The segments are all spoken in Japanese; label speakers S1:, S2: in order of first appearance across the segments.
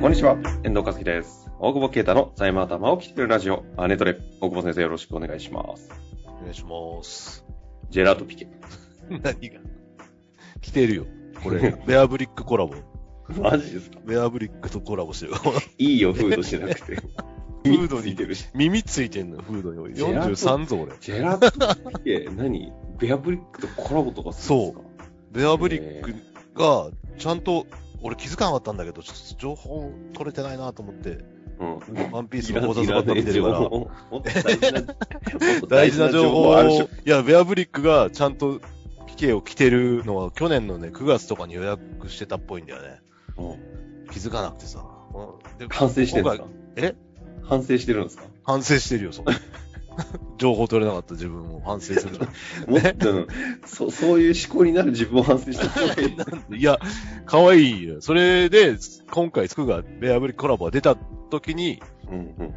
S1: こんにちは。
S2: 遠藤和樹です。大久保啓太の財務頭を切ってるラジオ、アネトレ。大久保先生よろしくお願いします。
S3: お願いします。
S2: ジェラートピ ケ。
S3: 何が来てるよ。これ、ベアブリックコラボ。
S2: マジですか
S3: ベアブリックとコラボしてる。
S2: いいよ、フードしなくて。
S3: フード
S2: つい
S3: に
S2: て、るし。
S3: 耳ついてんの、フードに。
S2: ジェラート
S3: 43ぞ、俺。
S2: ジェラートピケ、何ベアブリックとコラボとかするんですか
S3: ベアブリックが、ちゃんと、俺気づかなかったんだけど、ちょっと情報取れてないなと思って、
S2: うん。
S3: ワンピース
S2: い
S3: の
S2: ら
S3: 考察ばっか
S2: ねえ
S3: 見てるから、
S2: 情報もっと大事なもっと
S3: 大事な情報
S2: あるでし
S3: を
S2: ょ。、
S3: いや、ベアブリックがちゃんとピケを着てるのは去年のね、9月とかに予約してたっぽいんだよね。
S2: うん
S3: 気づかなくてさ。で
S2: 反省してるんですか
S3: 今回え
S2: 反省してるんですか
S3: 反省してるよ、そ の情報取れなかった自分を反省する。
S2: もっと、うんそう、そういう思考になる自分を反省した方がいい。
S3: いや、可愛いよ。それで、今回、つくがベアブリコラボが出た時に
S2: うんうん。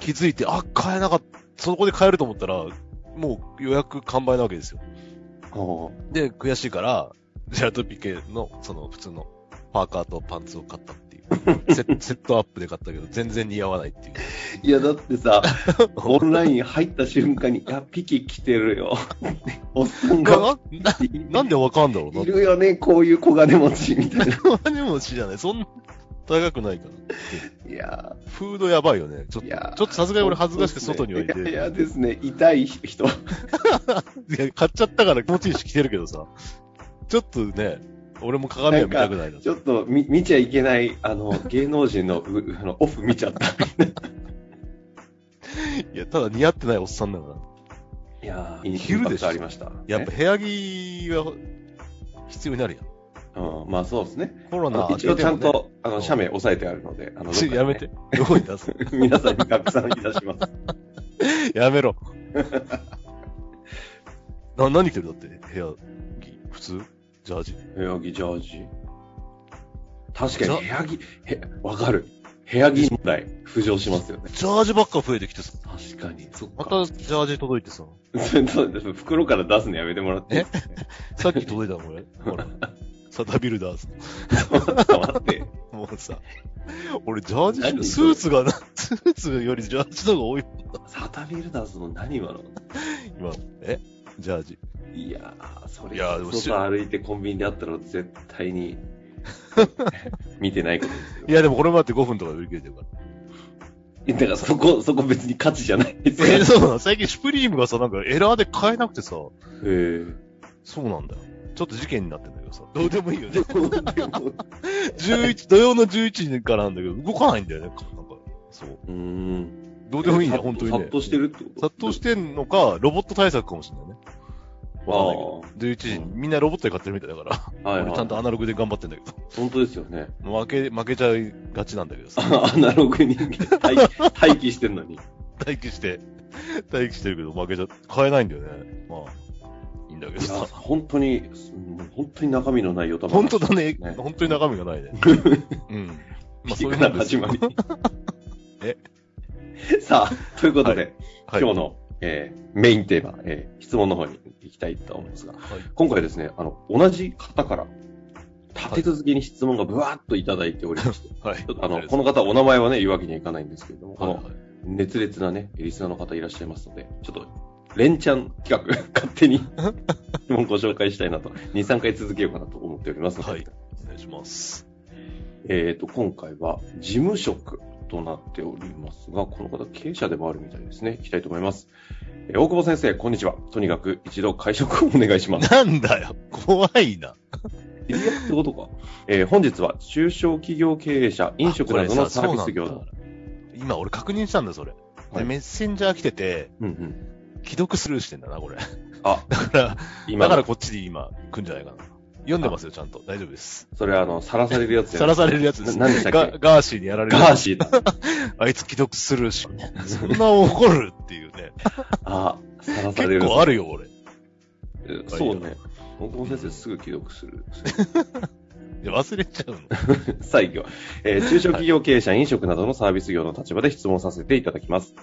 S3: 気づいて、あ、買えなかった。そこで買えると思ったら、もう予約完売なわけですよ。
S2: あ
S3: で、悔しいから、ジェラートピケの、その、普通のパーカーとパンツを買ったっていう。 セセットアップで買ったけど、全然似合わないっていう。
S2: あいや、だって さ、オンライン入った瞬間に、いや、ピケ来てる よ。おっさんが。
S3: な、な、なんでわかんだろうない
S2: るよね、こういう小金持ちみたいな。
S3: 何も知らない。そんな高くないから。
S2: いや
S3: フードやばいよね。ちょっ
S2: ー、
S3: と、
S2: い
S3: ちょ
S2: や
S3: っとさすがに俺恥ずかしくて外にはいいて。
S2: やいやですね、痛い人。
S3: いや買っちゃったから気持ちいいし着てるけどさ。ちょっとね、俺も鏡は見たくないな。
S2: ちょっと見見ちゃいけない、あ の、芸能人のうあのオフ見ちゃった。
S3: いや、ただ似合ってないおっさんだから。
S2: いやー、
S3: 昼でしょ
S2: インパクトありました。
S3: やっぱ部屋着は必要になるや
S2: ぱ、うん、まあそうですね。
S3: ん。コロナ明け
S2: 一
S3: ても
S2: 応
S3: ね
S2: ちゃんと、あ
S3: う
S2: の、
S3: ん
S2: 社名押さえてあるので、あの、
S3: ちょ やめて。どこに出す
S2: 皆さんに拡散いたします。
S3: やめろ。な、何着てるだって部屋着。普通ジャージ。
S2: 部屋着、ジャージ。確か
S3: じゃ
S2: に部屋着、へ、わかる。部屋着問題、浮上しますよね。
S3: ジャージばっか増えてきてさ。
S2: 確かに。そっ
S3: ま
S2: か。
S3: たジャージ届いてさ。
S2: それそうです 袋から出すのやめてもらっていいですか。
S3: さっき届いたの俺。ほら。サタビルダーズ。
S2: ちょっと待って。
S3: もうさ、俺ジャージ
S2: 何
S3: スーツがな、スーツよりジャージの方が多い。
S2: サタビルダーズの何今の
S3: 今、えジャージ。
S2: いやー、それ、
S3: いやーでも
S2: 外歩いてコンビニであったら絶対に見てないことですよ
S3: い。や、でもこれもあって5分とかで売り切れてるから。
S2: いやだからそこ、そこ別に価値じゃないですよ。
S3: えそうなの最近シュプリームがさ、なんかエラーで買えなくてさ、
S2: えー
S3: そうなんだよ。ちょっと事件になってんだけどさ。どうでもいいよね。
S2: でも
S3: 11、土曜の11時からなんだけど、動かないんだよね。なんか、そう。
S2: うーん。
S3: どうでもいいんだ
S2: 殺
S3: よ、本当にね。
S2: 殺到してるってこと
S3: 殺到してんのか、ロボット対策かもしれないね。わかんないけど。11時、みんなロボットで買ってるみたいだから。
S2: ああ、はい、は
S3: 俺
S2: い。
S3: ちゃんとアナログで頑張ってんだけど。
S2: 本当ですよね。
S3: 負け、負けちゃいがちなんだけど さ。
S2: あアナログに待機待機してんのに。
S3: 待機して、待機してるけど負けちゃ、買えないんだよね。まあ、いいんだけど
S2: いや、
S3: さ。
S2: 本当に、うん本当に中身のないよ、た
S3: 本当だね
S2: ね
S3: 本当に中身 がないね。うん。まあ、
S2: そ
S3: そうう
S2: い
S3: いう
S2: う
S3: も
S2: の
S3: んです
S2: 始
S3: よ
S2: まり。
S3: え
S2: さあ、ということで、
S3: はい。
S2: 今日の、えーメインテーマ、えー質問の方に行きたいと思いますが、
S3: はい
S2: 今回ですね、あの、同じ方から、立て続けに質問がぶわーっといただいておりまして、
S3: はい。
S2: ちょっと あの、この方、お名前はね、言うわけにはいかないんですけれども、こ
S3: はいは
S2: の
S3: い、
S2: 熱烈なね、リスナーの方いらっしゃいますので、ちょっと、連チャン企画、 勝手に質問ご紹介したいなと、2、3回続けようかなと思っておりますので、
S3: はいお願いします。
S2: えっ、と、今回は事務職となっておりますが、この方経営者でもあるみたいですね。いきたいと思います。えー大久保先生、こんにちは。とにかく一度会食をお願いし ます。
S3: なんだよ。怖いな。
S2: いやってことか。えー本日は中小企業経営者、飲食などのサービス業
S3: あこ
S2: の
S3: れさ。そうなんだ今俺確認したんだよ、それ。
S2: はい
S3: でメッセンジャー来てて、
S2: うんうん。
S3: 既読スルーしてんだな、これ。
S2: あ、
S3: だから、
S2: 今
S3: だから
S2: の、
S3: こっちで今、来んじゃないかな。読んでますよ、ちゃんと。大丈夫です。
S2: それはあの、さらされるやつじゃ
S3: さ
S2: な
S3: ら
S2: い
S3: されるやつです。
S2: な何でしたっけ
S3: ガガーシーにやられる。
S2: ガーシーだ。
S3: あいつ既読するし、そんな怒るっていう ね。
S2: あ、さらされる。
S3: 結構あるよ、俺。い
S2: えそうね。大久保先生すぐ既読する。
S3: や忘れちゃうの。
S2: 再業、えー中小企業経営者、飲食などのサービス業の立場で質問させていただきます。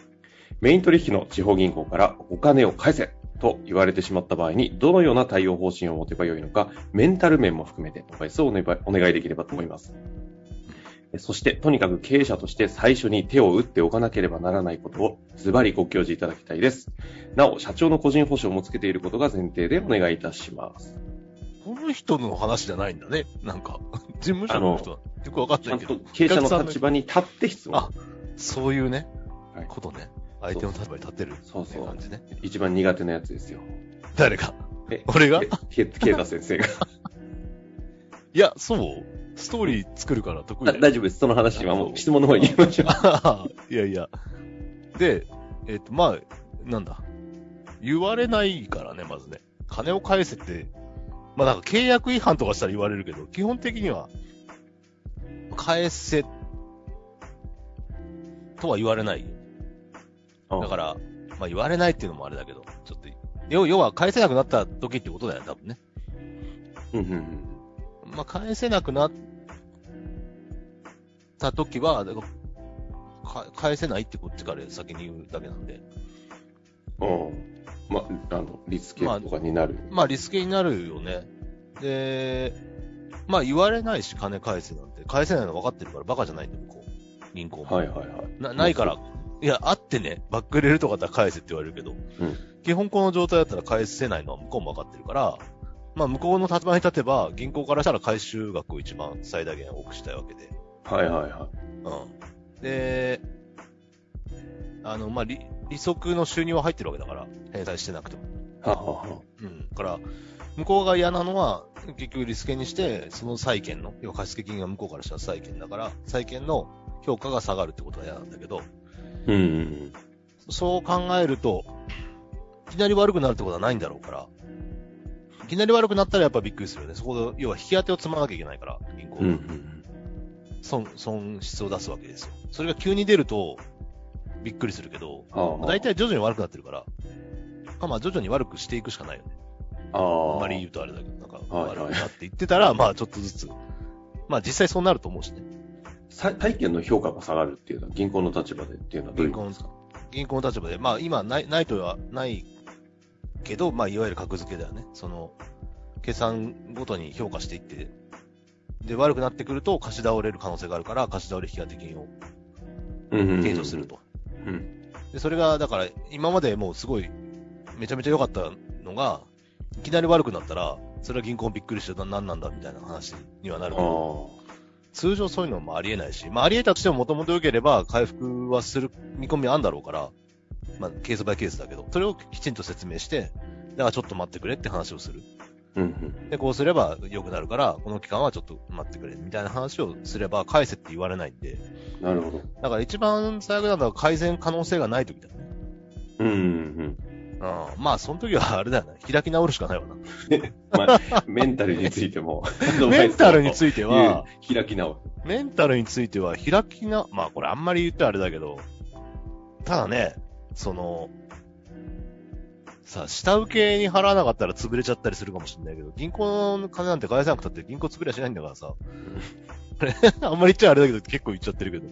S2: メイン取引の地方銀行からお金を返せと言われてしまった場合に、どのような対応方針を持てばよいのか、メンタル面も含めてアドバイスをお願いお願いできればと思います。えそして、とにかく経営者として最初に手を打っておかなければならないことをズバリご教示いただきたいです。なお、社長の個人保証もつけていることが前提でお願いいたします。
S3: この人の話じゃないんだね。なんか、 事務所の人だ。よくわかん
S2: ち
S3: な
S2: ゃ
S3: い
S2: ん
S3: け
S2: と
S3: ど。
S2: 経営者の立場に立って質問
S3: あ。そういうね、
S2: はい
S3: ことね。相手の立場に立てるって
S2: そうそう
S3: 感じね。
S2: 一番苦手なやつですよ。
S3: 誰か
S2: え。
S3: 俺が
S2: えけ慶太先生が。
S3: いや、そうストーリー作るから得 意
S2: あ
S3: だよ。
S2: 大丈夫です。その話はもう質問の方に行きましょう。、
S3: いやいや。で、えっ、と、まあ、なんだ。言われないからね、まずね。金を返せって、まあなんか契約違反とかしたら言われるけど、基本的には、返せ、とは言われない。だからら、まあ言われないっていうのもあれだけど、ちょっと、要要は返せなくなった時ってことだよね、多分ね。
S2: うんうんうん。
S3: まあ、返せなくなった時は、だからか返せないってこっちから先に言うだけなんで、
S2: うん。ま、あの、リスケとかになる。
S3: まあ、リスケになるよね。で、まあ、言われないし、金返せなんて、返せないの分かってるから、バカじゃないんで、向こう。銀行も。
S2: はいはいはい。
S3: なないから、いや、あってね、バック入れるとかだったら返せって言われるけど、
S2: うん
S3: 基本この状態だったら返せないのは向こうも分かってるから、まあ、向こうの立場に立てば、銀行からしたら回収額を一番最大限多くしたいわけで、
S2: はいはいは
S3: うん。で、あの、まあ、利利息の収入は入ってるわけだから、返済してなくても。
S2: い。ははは
S3: うん。だから、向こうが嫌なのは、結局リスケにして、その債権の、要は貸付金が向こうからしたら債権だから、債権の評価が下がるってことが嫌なんだけど、
S2: うんうん
S3: そう考えると、いきなり悪くなるってことはないんだろうから、いきなり悪くなったらやっぱびっくりするよね。そこで、要は引き当てを積まなきゃいけないから、銀行が
S2: うん。うんうん。
S3: 損、損失を出すわけですよ。それが急に出ると、びっくりするけど、
S2: はあはあ
S3: 大体徐々に悪くなってるから、まあまあ徐々に悪くしていくしかないよね。
S2: あ
S3: あ
S2: ー
S3: んまり言うとあれだけど、なんか
S2: はいはい
S3: 悪くなって言ってたら、まあちょっとずつ。まあ実際そうなると思うしね。
S2: さ体験の評価が下がるっていうのは銀行の立場でっていうのはどうい
S3: 銀
S2: うこと
S3: 行
S2: で
S3: の
S2: すか、
S3: 銀行の立場で、まあ今ない、ないとはないけど、まあいわゆる格付けだよね。その、計算ごとに評価していって、で、悪くなってくると貸し倒れる可能性があるから、貸し倒れ引当金を
S2: うんうんうん
S3: 計上すると。
S2: うん。
S3: で、それが、だから、今までもうすごい、めちゃめちゃ良かったのが、いきなり悪くなったら、それは銀行もびっくりして、ななんなんだみたいな話にはなるけど、
S2: あ
S3: 通常そういうのもありえないし、まあ、ありえたとしてももともと良ければ回復はする見込みはあんだろうから、まあ、ケースバイケースだけど、それをきちんと説明して、だからちょっと待ってくれって話をする。
S2: あ。うんうん。
S3: で、こうすれば良くなるから、この期間はちょっと待ってくれ、みたいな話をすれば返せって言われないんで、
S2: なるほど。
S3: だから一番最悪なのは改善可能性がない時だよね。
S2: うんうんうん。
S3: うんまあ、その時はあれだよな、開き直るしかないわな。
S2: まあ、メンタルについて も。
S3: メンタルに
S2: い
S3: ついて
S2: て
S3: は、、
S2: 開き直る。
S3: メンタルについては開きな、まあこれあんまり言ってあれだけど、ただね、その、さあ、下請けに払わなかったら潰れちゃったりするかもしれないけど、銀行の金なんて返さなくたって銀行潰れはしないんだからさ。これ、 あんまり言っちゃあれだけど、結構言っちゃってるけど。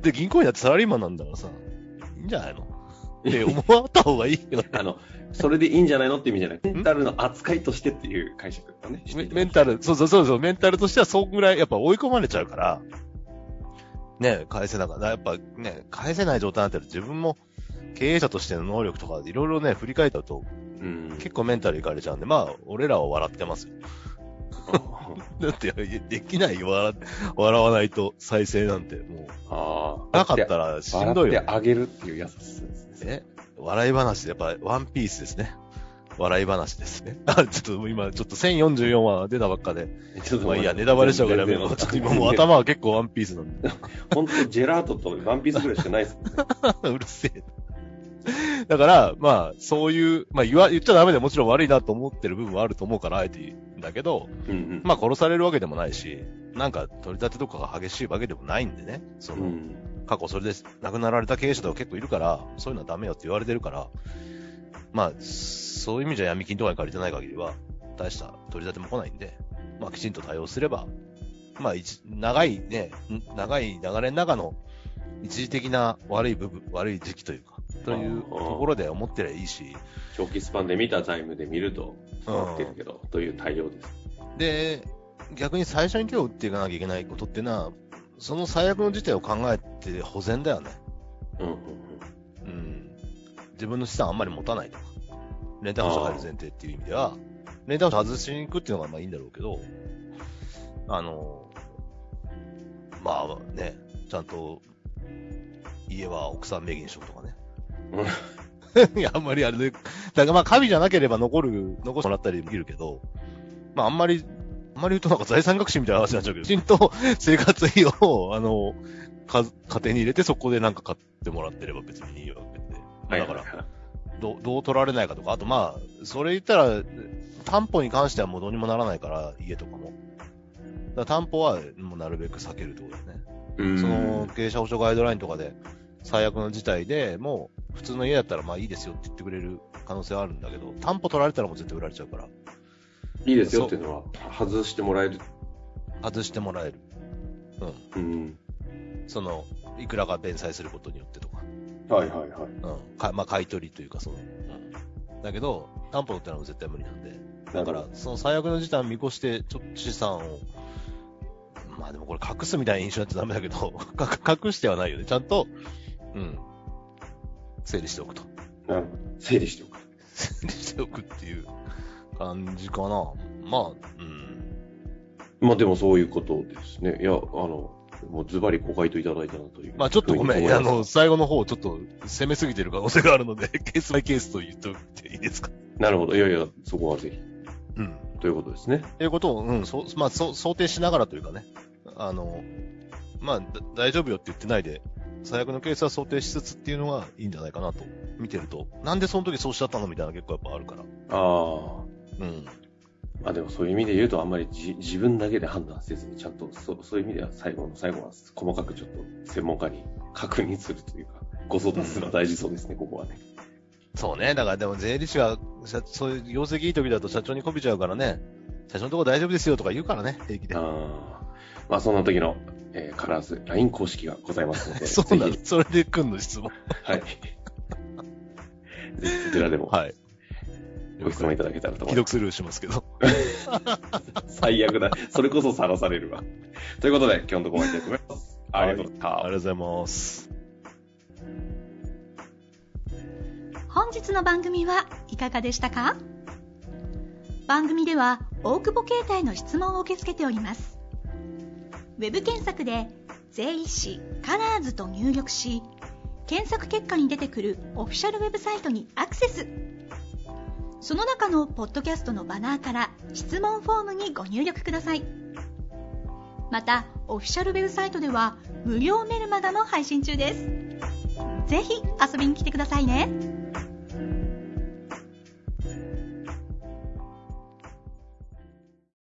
S3: で、銀行員だってサラリーマンなんだからさ、いいんじゃないのって思った方がいいよね。
S2: あの、それでいいんじゃないのって意味じゃない。メンタルの扱いとしてっていう解釈だね。
S3: メメンタル、そうそうそうそう、メンタルとしてはそんぐらいやっぱ追い込まれちゃうから、ね、返せなかった。やっぱね、返せない状態になってる自分も経営者としての能力とかいろいろね、振り返ったと
S2: うん。
S3: 結構メンタルいかれちゃうんで、まあ、俺らは笑ってますよ。
S2: 構。
S3: だって、できないよ笑、笑わないと再生なんて、も
S2: あ
S3: う、
S2: あ。
S3: なかったらしんどい
S2: 笑
S3: よ
S2: っ。てあげるっていうやつですね。
S3: ね、笑い話でやっぱワンピースですね。笑い話ですね。 あ、ちょっと今、ちょっと1044話出たばっかで、
S2: ちょっ
S3: まあいいや、
S2: 待
S3: ネ
S2: って
S3: タバレしちゃうから、
S2: 全然
S3: もうちょっと今もう頭は結構ワンピースなんで。
S2: 本当ジェラートとワンピースぐらいしかないです。
S3: うるせえ。だから、まあ、そういう、まあ言わ、言っちゃダメでもちろん悪いなと思ってる部分はあると思うから、あえて言うんだけど、
S2: うんうん。
S3: まあ殺されるわけでもないし、なんか取り立てとかが激しいわけでもないんでね、 その、
S2: うん
S3: 過去それで亡くなられた経営者とか結構いるから、そういうのはダメよって言われてるから、まあ、そういう意味じゃ闇金とかに借りてない限りは、大した取り立ても来ないんで、まあきちんと対応すれば、まあ一、長いね、ん長い流れの中の一時的な悪い部分、悪い時期というか、というところで思ってりゃいいし、
S2: 長期スパンで見たタイムで見ると、そうなってるけど、という対応です。
S3: で、逆に最初に手を打っていかなきゃいけないことっていうのは、その最悪の事態を考えて保全だよね。
S2: うんうん
S3: うん。自分の資産あんまり持たないとか。レンタルハウス入る前提っていう意味では、レンタルハウス外しに行くっていうのがまあいいんだろうけど、あの、まあね、ちゃんと、家は奥さん名義にしようとかね。
S2: うん。
S3: いや、あんまりあれで、だからまあ、神じゃなければ残る、残してもらったりもできるけど、まあ、あんまり、あんまり言うとなんか財産隠しみたいな話になっちゃうけど、きち んと生活費を、あの、か、家庭に入れてそこでなんか買ってもらってれば別にいいわけ
S2: は
S3: で。
S2: い
S3: だ
S2: は
S3: か
S2: い
S3: ら、
S2: は
S3: どうどう取られないかとか、あとまあ、それ言ったら、担保に関してはもうどうにもならないから、家とかも。だから担保はもうなるべく避けるってことだよね。
S2: い。うん
S3: その経営者保障ガイドラインとかで、最悪の事態でもう、普通の家だったらまあいいですよって言ってくれる可能性はあるんだけど、担保取られたらもう絶対売られちゃうから、
S2: いいですよっていうのは、外してもらえる。
S3: 外してもらえる。
S2: うん。
S3: その、いくらか弁済することによってとか、
S2: はいはいはい。
S3: うん。かまあ買い取りというか、その、うん。だけど、担保取ったらもう絶対無理なんで、だから、その最悪の事態を見越して、ちょっと資産を、まあでもこれ隠すみたいな印象になっちゃダメだけど、 か隠してはないよね。ちゃんと、うん。整理しておくと。
S2: なるほど整理しておく。
S3: 整理しておくっていう感じかな。まあ、うん。
S2: まあでもそういうことですね。いや、あの、もうズバリご回答いただいたなという。
S3: まあちょっとごめん。あ
S2: の
S3: の、、最後の方ちょっと攻めすぎてる可能性があるので、 ケースバイケースと言っておいていいですか
S2: なるほど。いやいや、そこはぜひ。
S3: うん。
S2: ということですね。
S3: ということを、うん、そう、まあ、そう、想定しながらというかね。あの、まあ、だ大丈夫よって言ってないで、最悪のケースは想定しつつっていうのがいいんじゃないかなと、見てると。なんでその時そうしちゃったのみたいな結構やっぱあるから。
S2: ああ。
S3: うん。
S2: まあでもそういう意味で言うと、あんまりじ自分だけで判断せずに、ちゃんとそ、そういう意味では最後の最後は細かくちょっと専門家に確認するというか、ご相談するのは大事そうですね、ここはね。
S3: そうね。だからでも税理士は、社そういう業績いい時だと社長にこびちゃうからね、社長のとこ大丈夫ですよとか言うからね、平気で。
S2: ああ。まあそんな時の、えー、カラーズ LINE 公式がございますので、
S3: そうな
S2: ぜ
S3: の。それでくんの質問。
S2: ひ、 はい。ぜひそちらでも
S3: はい。
S2: ご質問いただけたらと思います
S3: 既。読スルーしますけど。
S2: 最悪だ。それこそさらされるわ。ということで、今日のところは終わりたいと思います。ありがとうございました。
S3: ありがとうございます。
S1: 本日の番組はいかがでしたか番組では大久保携帯の質問を受け付けておりますウェブ検索で「税理士カラーズと入力し検索結果に出てくるオフィシャルウェブサイトにアクセスその中のポッドキャストのバナーから質問フォームにご入力くださいまたオフィシャルウェブサイトでは無料メルマガも配信中ですぜひ遊びに来てくださいね。